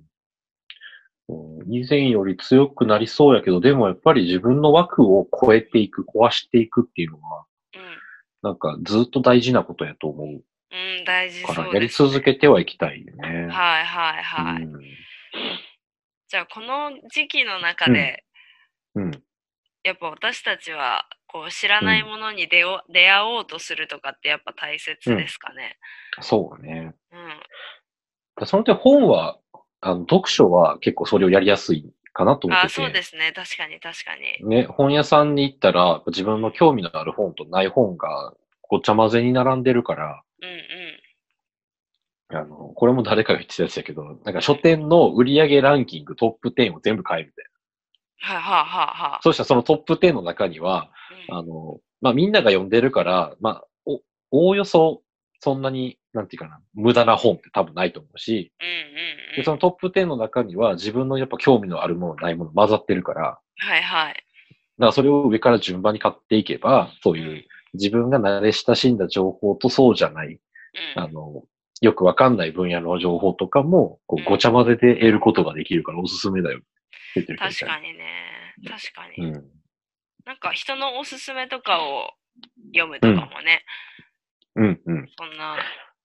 [SPEAKER 2] うん以前より強くなりそうやけど、でもやっぱり自分の枠を超えていく、壊していくっていうのは、なんかずっと大事なことやと思う
[SPEAKER 1] うん、うん、大事
[SPEAKER 2] か
[SPEAKER 1] そ
[SPEAKER 2] ら、
[SPEAKER 1] う
[SPEAKER 2] や
[SPEAKER 1] で
[SPEAKER 2] り
[SPEAKER 1] す、ね。
[SPEAKER 2] 続けてはいきたいよね。
[SPEAKER 1] はいはいはい。じゃあ、この時期の中で、
[SPEAKER 2] うん。うん。
[SPEAKER 1] やっぱ私たちは、こう、知らないものに出お、出会おうとするとかってやっぱ大切ですかね。
[SPEAKER 2] そうね。
[SPEAKER 1] うん。
[SPEAKER 2] だその点本は、あの、読書は結構それをやりやすいかなと思っ
[SPEAKER 1] あ
[SPEAKER 2] て
[SPEAKER 1] あ、
[SPEAKER 2] て。
[SPEAKER 1] そうですね。確かに、確かに。
[SPEAKER 2] ね、本屋さんに行ったら、自分の興味のある本とない本がごちゃ混ぜに並んでるから、
[SPEAKER 1] うんうん。
[SPEAKER 2] あの、これも誰かが言ってたやつやけど、なんか書店の売上ランキングトップ10を全部変えるみたい
[SPEAKER 1] は
[SPEAKER 2] な。
[SPEAKER 1] いはいはいはい。
[SPEAKER 2] そうしたらそのトップ10の中には、
[SPEAKER 1] うん
[SPEAKER 2] あの、まあ、みんなが読んでるから、まあ、お、おおよそ、そんなに、なんていうかな、無駄な本って多分ないと思うし、
[SPEAKER 1] うんうんう
[SPEAKER 2] で、
[SPEAKER 1] ん
[SPEAKER 2] そのトップ10の中には自分のやっぱ興味のあるもの、ないもの混ざってるから、だか
[SPEAKER 1] はいはい。
[SPEAKER 2] らそれを上から順番に買っていけば、そう
[SPEAKER 1] うんう
[SPEAKER 2] いう自分が慣れ親しんだ情報とそうじゃない、あ
[SPEAKER 1] ん
[SPEAKER 2] の、よくわかんない分野の情報とかも、こうごちゃ混ぜで得ることができるからおすすめだよ。出てる人み
[SPEAKER 1] 確
[SPEAKER 2] たい
[SPEAKER 1] かにね。確か
[SPEAKER 2] う
[SPEAKER 1] に。
[SPEAKER 2] ん。
[SPEAKER 1] なんか人のおすすめとかを読むとかもね、
[SPEAKER 2] うん、うん、
[SPEAKER 1] そんな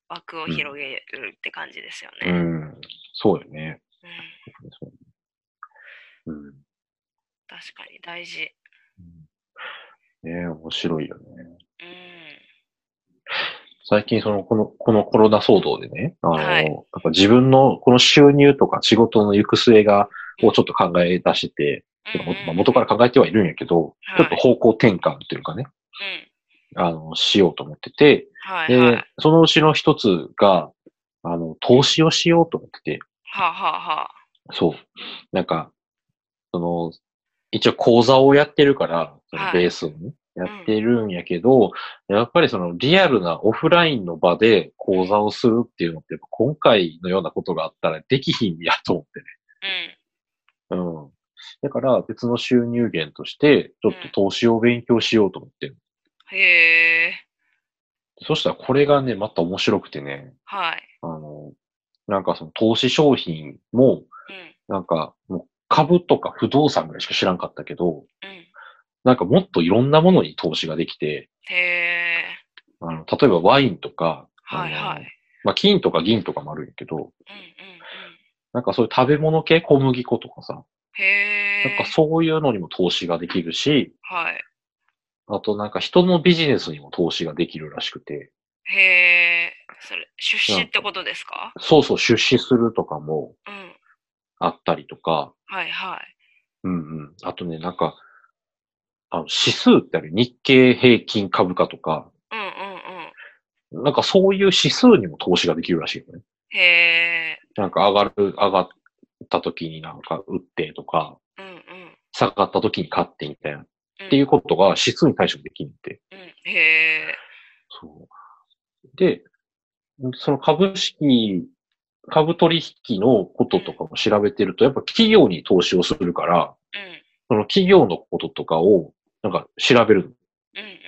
[SPEAKER 1] 枠を広げるって感じですよ
[SPEAKER 2] う
[SPEAKER 1] ね。
[SPEAKER 2] ん。そうよね。
[SPEAKER 1] うん
[SPEAKER 2] そううん。
[SPEAKER 1] 確かに大事。
[SPEAKER 2] ねえ面白いよね。
[SPEAKER 1] うん。
[SPEAKER 2] 最近その、この、このコロナ騒動でね、あの、
[SPEAKER 1] はい
[SPEAKER 2] やっぱ自分のこの収入とか仕事の行く末が、をちょっと考え出してて、
[SPEAKER 1] うんうん
[SPEAKER 2] まあ元から考えてはいるんやけど、
[SPEAKER 1] はい
[SPEAKER 2] ちょっと方向転換っていうかね、
[SPEAKER 1] うん。
[SPEAKER 2] あの、しようと思ってて、
[SPEAKER 1] はいはい。
[SPEAKER 2] で、そのうちの一つが、あの、投資をしようと思ってて、
[SPEAKER 1] はあ、はあはあ、
[SPEAKER 2] そう。なんか、その、一応講座をやってるから、その
[SPEAKER 1] はい
[SPEAKER 2] ベースをね、やってるんやけど、やっぱりそのリアルなオフラインの場で講座をするっていうのって、今回のようなことがあったらできひんやと思って
[SPEAKER 1] う
[SPEAKER 2] ね。
[SPEAKER 1] ん。
[SPEAKER 2] うん。だから別の収入源として、ちょっと投資を勉強しようと思ってる。
[SPEAKER 1] へえ。
[SPEAKER 2] そしたらこれがね、また面白くてね、
[SPEAKER 1] はい。
[SPEAKER 2] あの、なんかその投資商品も、なんかもう株とか不動産ぐらいしか知らんかったけど、
[SPEAKER 1] うん。うん。
[SPEAKER 2] なんかもっといろんなものに投資ができて、
[SPEAKER 1] へえ。
[SPEAKER 2] あの、例えばワインとか、
[SPEAKER 1] はいは
[SPEAKER 2] あの
[SPEAKER 1] い。
[SPEAKER 2] まあ、金とか銀とかもあるんやけど、
[SPEAKER 1] うんうんうん。
[SPEAKER 2] なんかそういう食べ物系、小麦粉とかさ、
[SPEAKER 1] へえ。
[SPEAKER 2] なんかそういうのにも投資ができるし、
[SPEAKER 1] はい。
[SPEAKER 2] あとなんか人のビジネスにも投資ができるらしくて、
[SPEAKER 1] へえ。それ、出資ってことですか
[SPEAKER 2] そうそう出資するとかも
[SPEAKER 1] うん。
[SPEAKER 2] あったりとか、
[SPEAKER 1] はいはい。
[SPEAKER 2] うんうん。あとね、なんか、あの、指数ってある日経平均株価とか、
[SPEAKER 1] うんうんうん。
[SPEAKER 2] なんかそういう指数にも投資ができるらしいよね。
[SPEAKER 1] へえ。
[SPEAKER 2] なんか上がる、上がった時になんか売ってとか、
[SPEAKER 1] うんうん。
[SPEAKER 2] 下がった時に買ってみたいな、っ
[SPEAKER 1] って
[SPEAKER 2] いうことが指数に対処できるって。
[SPEAKER 1] うん。へえ。
[SPEAKER 2] そう。で、その株式、株取引のこととかも調べてると、やっぱ企業に投資をするから、
[SPEAKER 1] うん。
[SPEAKER 2] その企業のこととかを、なんか調べる。
[SPEAKER 1] うんうん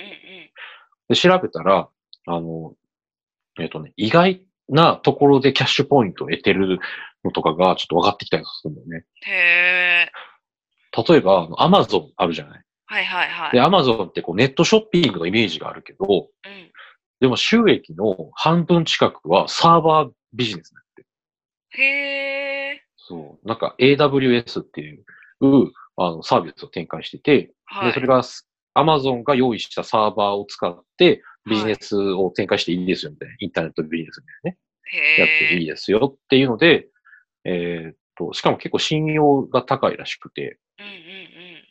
[SPEAKER 2] で、調べたら、あの、えっ、とね、意外なところでキャッシュポイントを得てるのとかがちょっと分かってきたりするんだよね。
[SPEAKER 1] うん。へえ。
[SPEAKER 2] 例えば、アマゾンあるじゃない。
[SPEAKER 1] はいはいはい。
[SPEAKER 2] で、アマゾンってこうネットショッピングのイメージがあるけど、
[SPEAKER 1] うん。
[SPEAKER 2] でも収益の半分近くはサーバービジネスなんだって。
[SPEAKER 1] へえ。
[SPEAKER 2] そう。なんか AWS っていう、あの、サービスを展開してて、
[SPEAKER 1] はい。
[SPEAKER 2] で、それが Amazon が用意したサーバーを使って、ビジネスを展開していいですよみたいな、インターネットビジネスみたいなね。やってい
[SPEAKER 1] へ
[SPEAKER 2] いですよっていうので、えーっと、しかも結構信用が高いらしくて、
[SPEAKER 1] え。うんうんうん。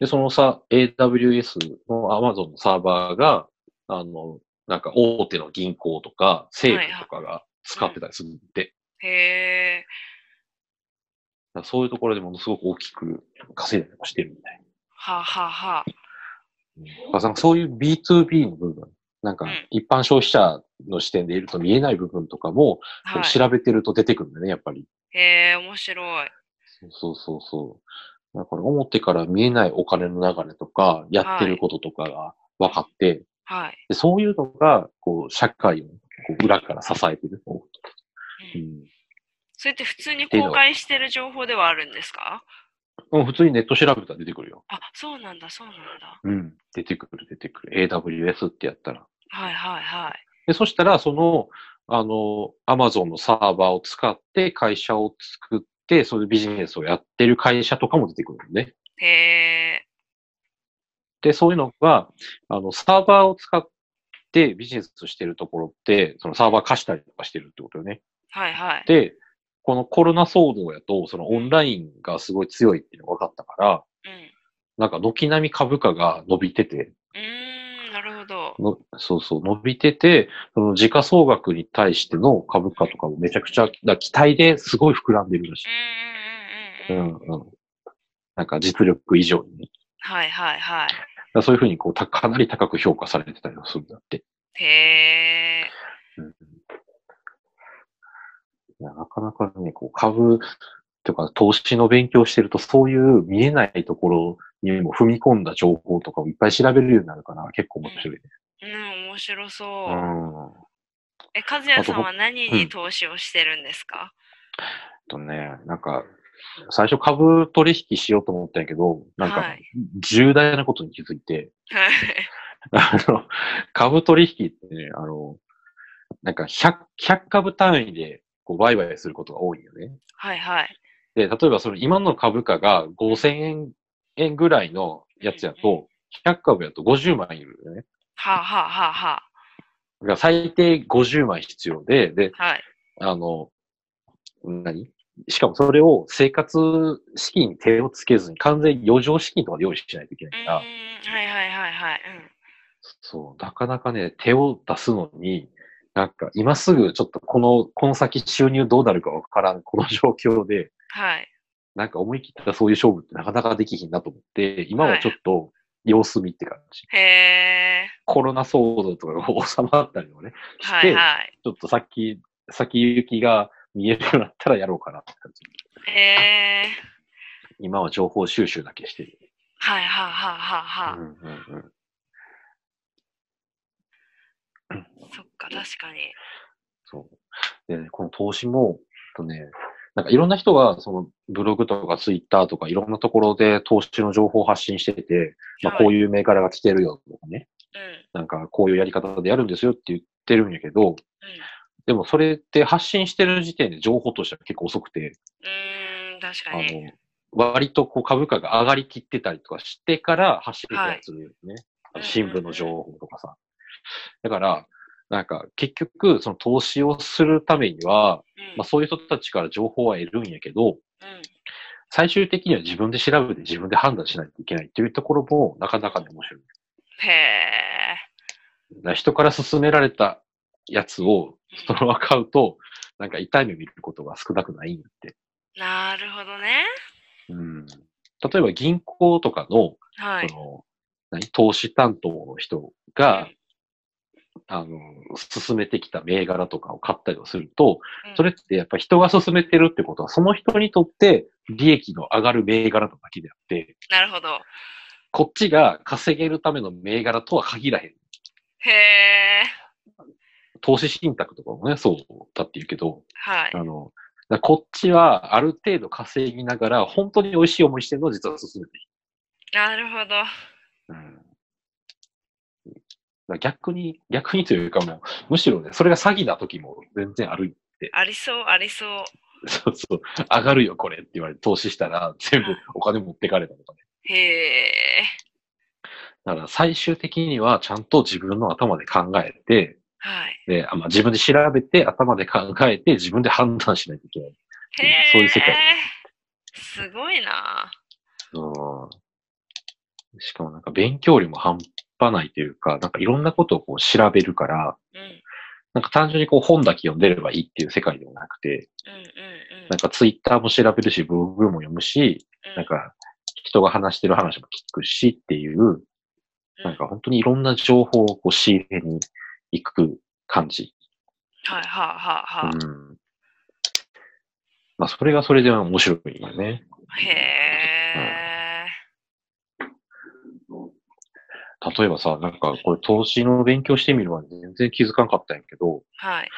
[SPEAKER 2] で、そのさ、AWS の Amazon のサーバーが、あの、なんか大手の銀行とか、政府とかが使ってたりするんで、
[SPEAKER 1] へえ。
[SPEAKER 2] だからそういうところでものすごく大きく稼いだりもしてるみたい
[SPEAKER 1] はあ、はあはあ、
[SPEAKER 2] な。だからなんかそういう B2B の部分、なんか
[SPEAKER 1] うん
[SPEAKER 2] 一般消費者の視点でいると見えない部分とかも、
[SPEAKER 1] はい。
[SPEAKER 2] 調べてると出てくるんだよね、やっぱり。
[SPEAKER 1] へえ、面白い。
[SPEAKER 2] そうそうそう。だから表から見えないお金の流れとか、やってることとかが分かって、
[SPEAKER 1] はい。
[SPEAKER 2] でそういうのが、こう、社会をこう裏から支えてる。
[SPEAKER 1] う、
[SPEAKER 2] うんん
[SPEAKER 1] それって普通に公開してる情報ではあるんですか
[SPEAKER 2] うん、普通にネット調べたら出てくるよ。
[SPEAKER 1] あ、そうなんだ、そうなんだ。
[SPEAKER 2] うん。出てくる、出てくる。AWS ってやったら。
[SPEAKER 1] はいはいはい。
[SPEAKER 2] で、そしたら、その、あの、Amazon のサーバーを使って会社を作って、そういうビジネスをやってる会社とかも出てくるのね。
[SPEAKER 1] へえ。
[SPEAKER 2] で、そういうのが、あの、サーバーを使ってビジネスしてるところって、そのサーバー貸したりとかしてるってことよね。
[SPEAKER 1] はいはい。
[SPEAKER 2] で、このコロナ騒動やと、そのオンラインがすごい強いっていうのが分かったから、
[SPEAKER 1] うん。
[SPEAKER 2] なんか軒並み株価が伸びてて、
[SPEAKER 1] うーん、なるほど。
[SPEAKER 2] のそうそう、伸びてて、その時価総額に対しての株価とかもめちゃくちゃ、だから期待ですごい膨らんでるらし
[SPEAKER 1] う
[SPEAKER 2] い。
[SPEAKER 1] ん
[SPEAKER 2] う
[SPEAKER 1] うんうんうんうん。
[SPEAKER 2] ん、うん。なんか実力以上にね。
[SPEAKER 1] はいはいはい。
[SPEAKER 2] だからそういうふうにこうた、かなり高く評価されてたりもするんだって。
[SPEAKER 1] へえ。
[SPEAKER 2] いや、なかなかね、こう株とか投資の勉強してると、そういう見えないところにも踏み込んだ情報とかをいっぱい調べるようになるから、結構面白いね。
[SPEAKER 1] うん、面白
[SPEAKER 2] う
[SPEAKER 1] そう。
[SPEAKER 2] ん。
[SPEAKER 1] え、和也さんは何
[SPEAKER 2] う
[SPEAKER 1] に
[SPEAKER 2] ん
[SPEAKER 1] 投資をしてるんですか
[SPEAKER 2] とね、なんか、最初株取引しようと思ったんやけど、なん
[SPEAKER 1] は
[SPEAKER 2] か
[SPEAKER 1] い、
[SPEAKER 2] 重大なことに気づいて、
[SPEAKER 1] はい。
[SPEAKER 2] あの、株取引ってね、あの、なんか100、100株単位で、こう、売買することが多いよね。
[SPEAKER 1] はいはい。
[SPEAKER 2] で、例えばその今の株価が5000円円ぐらいのやつやと、100株やと50万いるよね。
[SPEAKER 1] はあはあはあは
[SPEAKER 2] だから最低50万必要で、で、
[SPEAKER 1] あ。はい。
[SPEAKER 2] あの、何しかもそれを生活資金に手をつけずに完全に余剰資金とかで用意しないといけ
[SPEAKER 1] う
[SPEAKER 2] なんい
[SPEAKER 1] うん
[SPEAKER 2] から、
[SPEAKER 1] はいはいはいはい。うん。
[SPEAKER 2] そう、なかなかね、手を出すのに、なんか今すぐちょっとこの、この先収入どうなるかわからん、この状況で、
[SPEAKER 1] はい。
[SPEAKER 2] なんか思い切ったそういう勝負ってなかなかできひんなと思って、今はちょっと様子見って感じ。
[SPEAKER 1] へえ。
[SPEAKER 2] コロナ騒動とかが収まったりもね、して、
[SPEAKER 1] はいはい。
[SPEAKER 2] ちょっと先、先行きが見えるようになったらやろうかなって感じ。
[SPEAKER 1] えー、
[SPEAKER 2] 今は情報収集だけしてる。
[SPEAKER 1] はいはいはいはいは
[SPEAKER 2] う
[SPEAKER 1] い。
[SPEAKER 2] んうんうん
[SPEAKER 1] そっか、確かに。
[SPEAKER 2] そう。でね、この投資も、えっとね、なんかいろんな人が、そのブログとかツイッターとかいろんなところで投資の情報を発信してて、まあこ
[SPEAKER 1] う。
[SPEAKER 2] ういう銘柄が来てるよとかね、
[SPEAKER 1] うん。
[SPEAKER 2] なんかこういうやり方でやるんですよって言ってるんやけど、
[SPEAKER 1] うん
[SPEAKER 2] でもそれって発信してる時点で情報としては結構遅くて、
[SPEAKER 1] うーん、確か
[SPEAKER 2] あの
[SPEAKER 1] に。、
[SPEAKER 2] 割とこう株価が上がりきってたりとかしてから走るやつね。
[SPEAKER 1] はい
[SPEAKER 2] 新聞の情報とかさ。だから、なんか結局、その投資をするためには、
[SPEAKER 1] うん
[SPEAKER 2] まあそういう人たちから情報は得るんやけど、
[SPEAKER 1] うん
[SPEAKER 2] 最終的には自分で調べて自分で判断しないといけないっていうところもなかなかね面白い。
[SPEAKER 1] へえ。
[SPEAKER 2] だから人から勧められたやつをそのまま買うと、なんか痛い目見ることが少なくないんやって。
[SPEAKER 1] なるほどね。
[SPEAKER 2] うん。例えば銀行とかの、
[SPEAKER 1] はい。
[SPEAKER 2] その、何投資担当の人が、あの、進めてきた銘柄とかを買ったりをすると、
[SPEAKER 1] うん
[SPEAKER 2] それってやっぱ人が進めてるってことは、その人にとって利益の上がる銘柄なだけであって、
[SPEAKER 1] なるほど。
[SPEAKER 2] こっちが稼げるための銘柄とは限らへん。
[SPEAKER 1] へえ。
[SPEAKER 2] 投資信託とかもね、そうだって言うけど、
[SPEAKER 1] はい
[SPEAKER 2] あ。の、だからこっちはある程度稼ぎながら、本当に美味しい思いしてるのを実は進めている。
[SPEAKER 1] なるほど。
[SPEAKER 2] うんだから逆に、逆にというかもう、むしろね、それが詐欺な時も全然ある
[SPEAKER 1] ありそう、ありそう。
[SPEAKER 2] そうそう、上がるよ、これって言われて投資したら、全部お金持ってかれたとかね。
[SPEAKER 1] へえ。
[SPEAKER 2] だから最終的にはちゃんと自分の頭で考えて、
[SPEAKER 1] はい。
[SPEAKER 2] であまあ、自分で調べて、頭で考えて、自分で判断しないといけない。
[SPEAKER 1] へえ。
[SPEAKER 2] そういう世界
[SPEAKER 1] すごいな。
[SPEAKER 2] うんしかもなんか勉強量も半端ないというか、なんかいろんなことをこう調べるから、
[SPEAKER 1] うん。うん
[SPEAKER 2] なんか単純にこう本だけ読んでればいいっていう世界ではなくて、
[SPEAKER 1] うんうん。
[SPEAKER 2] なんかツイッターも調べるし、ブログも読むし、
[SPEAKER 1] うん
[SPEAKER 2] なんか人が話してる話も聞くしっていう、なんか本当にいろんな情報をこう仕入れに行く感じ。
[SPEAKER 1] はいはあはあはあ
[SPEAKER 2] うん。まあ、それがそれで面白いよね。
[SPEAKER 1] へえ。
[SPEAKER 2] 例えばさ、なんかこれ投資の勉強してみるまで全然気づかんかったんやけど、
[SPEAKER 1] はい。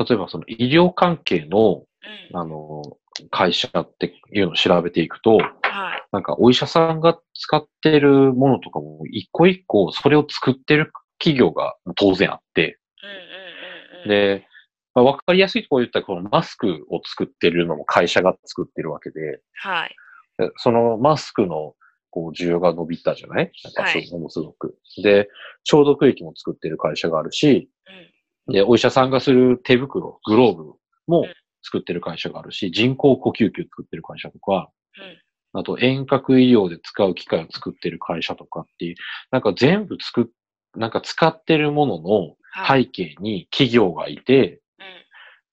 [SPEAKER 2] 例えばその医療関係の、
[SPEAKER 1] うん。
[SPEAKER 2] あの、会社っていうのを調べていくと、
[SPEAKER 1] はい。
[SPEAKER 2] なんかお医者さんが使ってるものとかも一個一個それを作ってる企業が当然あって、
[SPEAKER 1] うんうんうんうん。
[SPEAKER 2] で、まあ、わかりやすいところ言ったら、このマスクを作ってるのも会社が作ってるわけで、
[SPEAKER 1] はい。
[SPEAKER 2] でそのマスクのこう需要が伸びたじゃないなんか
[SPEAKER 1] はい
[SPEAKER 2] そうものすごく。で、消毒液も作ってる会社があるし、
[SPEAKER 1] うん。
[SPEAKER 2] で、お医者さんがする手袋、グローブ
[SPEAKER 1] うん
[SPEAKER 2] も作ってる会社があるし、人工呼吸器を作ってる会社とか、
[SPEAKER 1] うん
[SPEAKER 2] あと遠隔医療で使う機械を作ってる会社とかっていう、なんか全部作っ、なんか使ってるものの
[SPEAKER 1] はい。
[SPEAKER 2] 背景に企業がいて、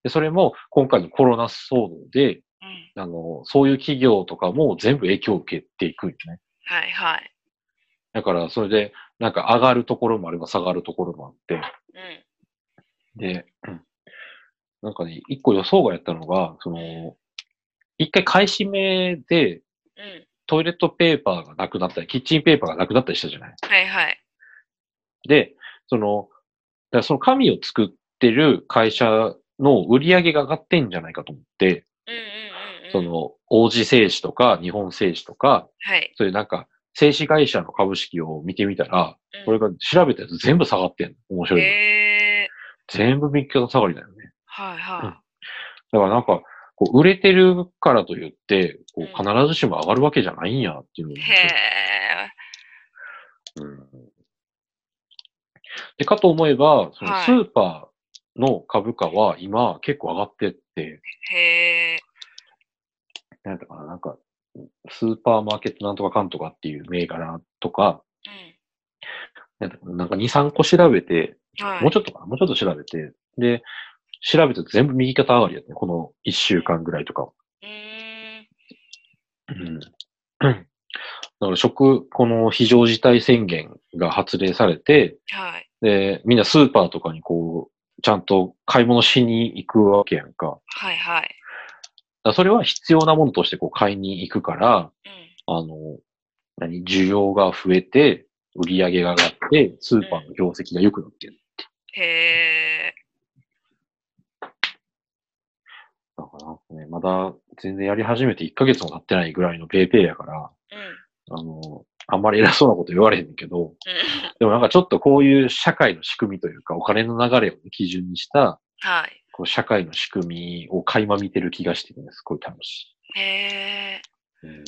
[SPEAKER 2] で、それも今回のコロナ騒動で、
[SPEAKER 1] うん。うん。
[SPEAKER 2] あの、そういう企業とかも全部影響を受けていくんよね。
[SPEAKER 1] はいはい。
[SPEAKER 2] だから、それで、なんか上がるところもあれば下がるところもあって、
[SPEAKER 1] うん。
[SPEAKER 2] で、うんなんかね、一個予想外やったのが、その、一回買い占めで
[SPEAKER 1] うん。
[SPEAKER 2] トイレットペーパーがなくなったり、キッチンペーパーがなくなったりしたじゃない
[SPEAKER 1] はいはい。
[SPEAKER 2] で、その、だからその紙を作ってる会社の売り上げが上がってんじゃないかと思って、
[SPEAKER 1] うんうんうんうん。
[SPEAKER 2] その、王子製紙とか、日本製紙とか、
[SPEAKER 1] はい。
[SPEAKER 2] そういうなんか、製紙会社の株式を見てみたら、
[SPEAKER 1] うん
[SPEAKER 2] これが調べたやつ全部下がってんの。面白いの。
[SPEAKER 1] へえ。
[SPEAKER 2] 全部右肩下がりだよね。
[SPEAKER 1] はいは
[SPEAKER 2] だからなんか、こう売れてるからといって、こう
[SPEAKER 1] う
[SPEAKER 2] 必ずしも上がるわけじゃないんやっていうのを
[SPEAKER 1] い。
[SPEAKER 2] 思っ
[SPEAKER 1] へ
[SPEAKER 2] て、
[SPEAKER 1] え。
[SPEAKER 2] うんで、かと思えば、その
[SPEAKER 1] はい
[SPEAKER 2] スーパーの株価は今結構上がってって、
[SPEAKER 1] へえ。
[SPEAKER 2] なんだかな、なんか、スーパーマーケットなんとかかんとかっていう銘柄とか、
[SPEAKER 1] う
[SPEAKER 2] なんかなんか2、3個調べて、
[SPEAKER 1] ん。はい。
[SPEAKER 2] もうちょっとかな、もうちょっと調べて、で、調べて全部右肩上がりやったね、この1週間ぐらいとか。
[SPEAKER 1] うーん。
[SPEAKER 2] うん。だから食、この非常事態宣言が発令されて、
[SPEAKER 1] はい。
[SPEAKER 2] で、みんなスーパーとかにこう、ちゃんと買い物しに行くわけやんか。だか
[SPEAKER 1] はいはい。
[SPEAKER 2] らそれは必要なものとしてこう買いに行くから、
[SPEAKER 1] うん。
[SPEAKER 2] あの、何、需要が増えて、売り上げが上がって、スーパーの業績が良くなってる。
[SPEAKER 1] へえ。
[SPEAKER 2] だからなんかね、まだ全然やり始めて1ヶ月も経ってないぐらいのペーペーやから、
[SPEAKER 1] うん。
[SPEAKER 2] あの、あんまり偉そうなこと言われへんけど、
[SPEAKER 1] うん
[SPEAKER 2] でもなんかちょっとこういう社会の仕組みというか、お金の流れを基準にした、
[SPEAKER 1] はい。
[SPEAKER 2] こう社会の仕組みを垣間見てる気がしてね、すごい楽し
[SPEAKER 1] へえ。
[SPEAKER 2] い。うん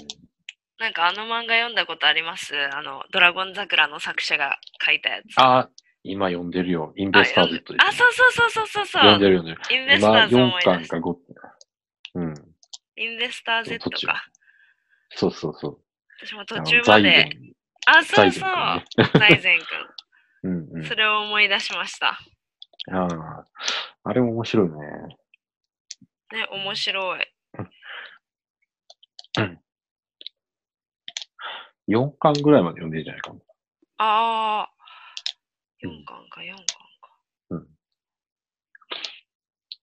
[SPEAKER 1] なんかあの漫画読んだことありますあの、ドラゴン桜の作者が書いたやつ。
[SPEAKER 2] あ、今読んでるよ。インベ
[SPEAKER 1] あ、
[SPEAKER 2] スター
[SPEAKER 1] 読ん
[SPEAKER 2] ズという。
[SPEAKER 1] あ、そうそうそうそうそう
[SPEAKER 2] 読ん
[SPEAKER 1] そう。
[SPEAKER 2] でるよね。
[SPEAKER 1] インベスタ
[SPEAKER 2] 今
[SPEAKER 1] ーズ
[SPEAKER 2] 4
[SPEAKER 1] 思い出
[SPEAKER 2] 巻
[SPEAKER 1] し
[SPEAKER 2] か
[SPEAKER 1] た。
[SPEAKER 2] 5巻。うん。
[SPEAKER 1] インベスター Z
[SPEAKER 2] 途中
[SPEAKER 1] か。
[SPEAKER 2] そうそうそう。
[SPEAKER 1] 私も
[SPEAKER 2] あ
[SPEAKER 1] 途
[SPEAKER 2] の
[SPEAKER 1] 中まで。あ、そ
[SPEAKER 2] 財
[SPEAKER 1] う
[SPEAKER 2] 源
[SPEAKER 1] そう。
[SPEAKER 2] かね。
[SPEAKER 1] 財前く
[SPEAKER 2] うんうん
[SPEAKER 1] ん。それを思い出しました。
[SPEAKER 2] ああ。あれも面白いね。
[SPEAKER 1] ね、面白い。
[SPEAKER 2] 4巻ぐらいまで読んでるんじゃないかな。
[SPEAKER 1] ああ。
[SPEAKER 2] うん
[SPEAKER 1] 4巻か、4巻か。
[SPEAKER 2] うん。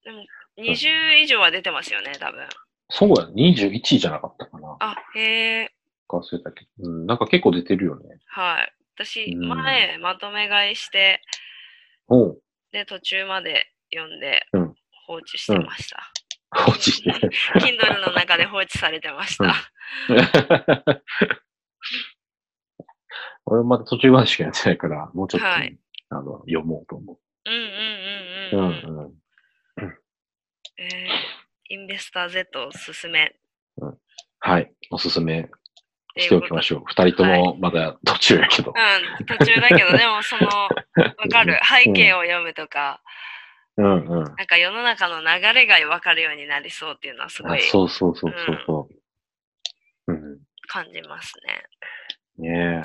[SPEAKER 1] でも、20以上は出てますよね、多分。
[SPEAKER 2] そうや、21位じゃなかったかな。
[SPEAKER 1] あ、へえ、
[SPEAKER 2] 忘れたけど。うん、なんか結構出てるよね。
[SPEAKER 1] はい。私、
[SPEAKER 2] うん
[SPEAKER 1] 前、まとめ買いして、
[SPEAKER 2] おう。
[SPEAKER 1] で、途中まで読んで
[SPEAKER 2] うん、
[SPEAKER 1] 放置してました。
[SPEAKER 2] 落ちて。
[SPEAKER 1] Kindle の中で放置されてました。
[SPEAKER 2] うん 俺まだ途中までしかやってないから、もうちょっと、
[SPEAKER 1] はい
[SPEAKER 2] あの、読もうと思
[SPEAKER 1] うんうん
[SPEAKER 2] う。
[SPEAKER 1] う
[SPEAKER 2] う
[SPEAKER 1] んうんんうん。
[SPEAKER 2] うん。
[SPEAKER 1] えー、インベスター Z おすすめっ
[SPEAKER 2] はい。おすすめ
[SPEAKER 1] てい
[SPEAKER 2] し
[SPEAKER 1] うこ
[SPEAKER 2] てお
[SPEAKER 1] と
[SPEAKER 2] きましょう。二人ともまだ途中やけ
[SPEAKER 1] う
[SPEAKER 2] ど。
[SPEAKER 1] ん、途中だけど、でもその、わかる。背景を読むとか、
[SPEAKER 2] うんうん。
[SPEAKER 1] なんか世の中の流れがわかるようになりそうっていうのはすご
[SPEAKER 2] あ
[SPEAKER 1] い
[SPEAKER 2] そうそうそうそうそう。うん。
[SPEAKER 1] 感じますね。
[SPEAKER 2] ねえ。
[SPEAKER 1] うんうんうん。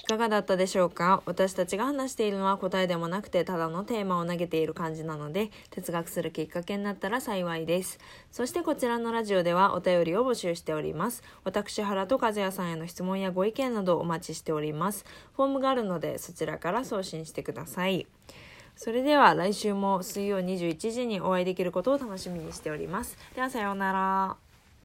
[SPEAKER 1] いかがだったでしょうか私たちが話しているのは答えでもなくてただのテーマを投げている感じなので哲学するきっかけになったら幸いですそしてこちらのラジオではお便りを募集しております私原と和也さんへの質問やご意見などお待ちしておりますフォームがあるのでそちらから送信してくださいそれでは来週も水曜21時にお会いできることを楽しみにしておりますではさようなら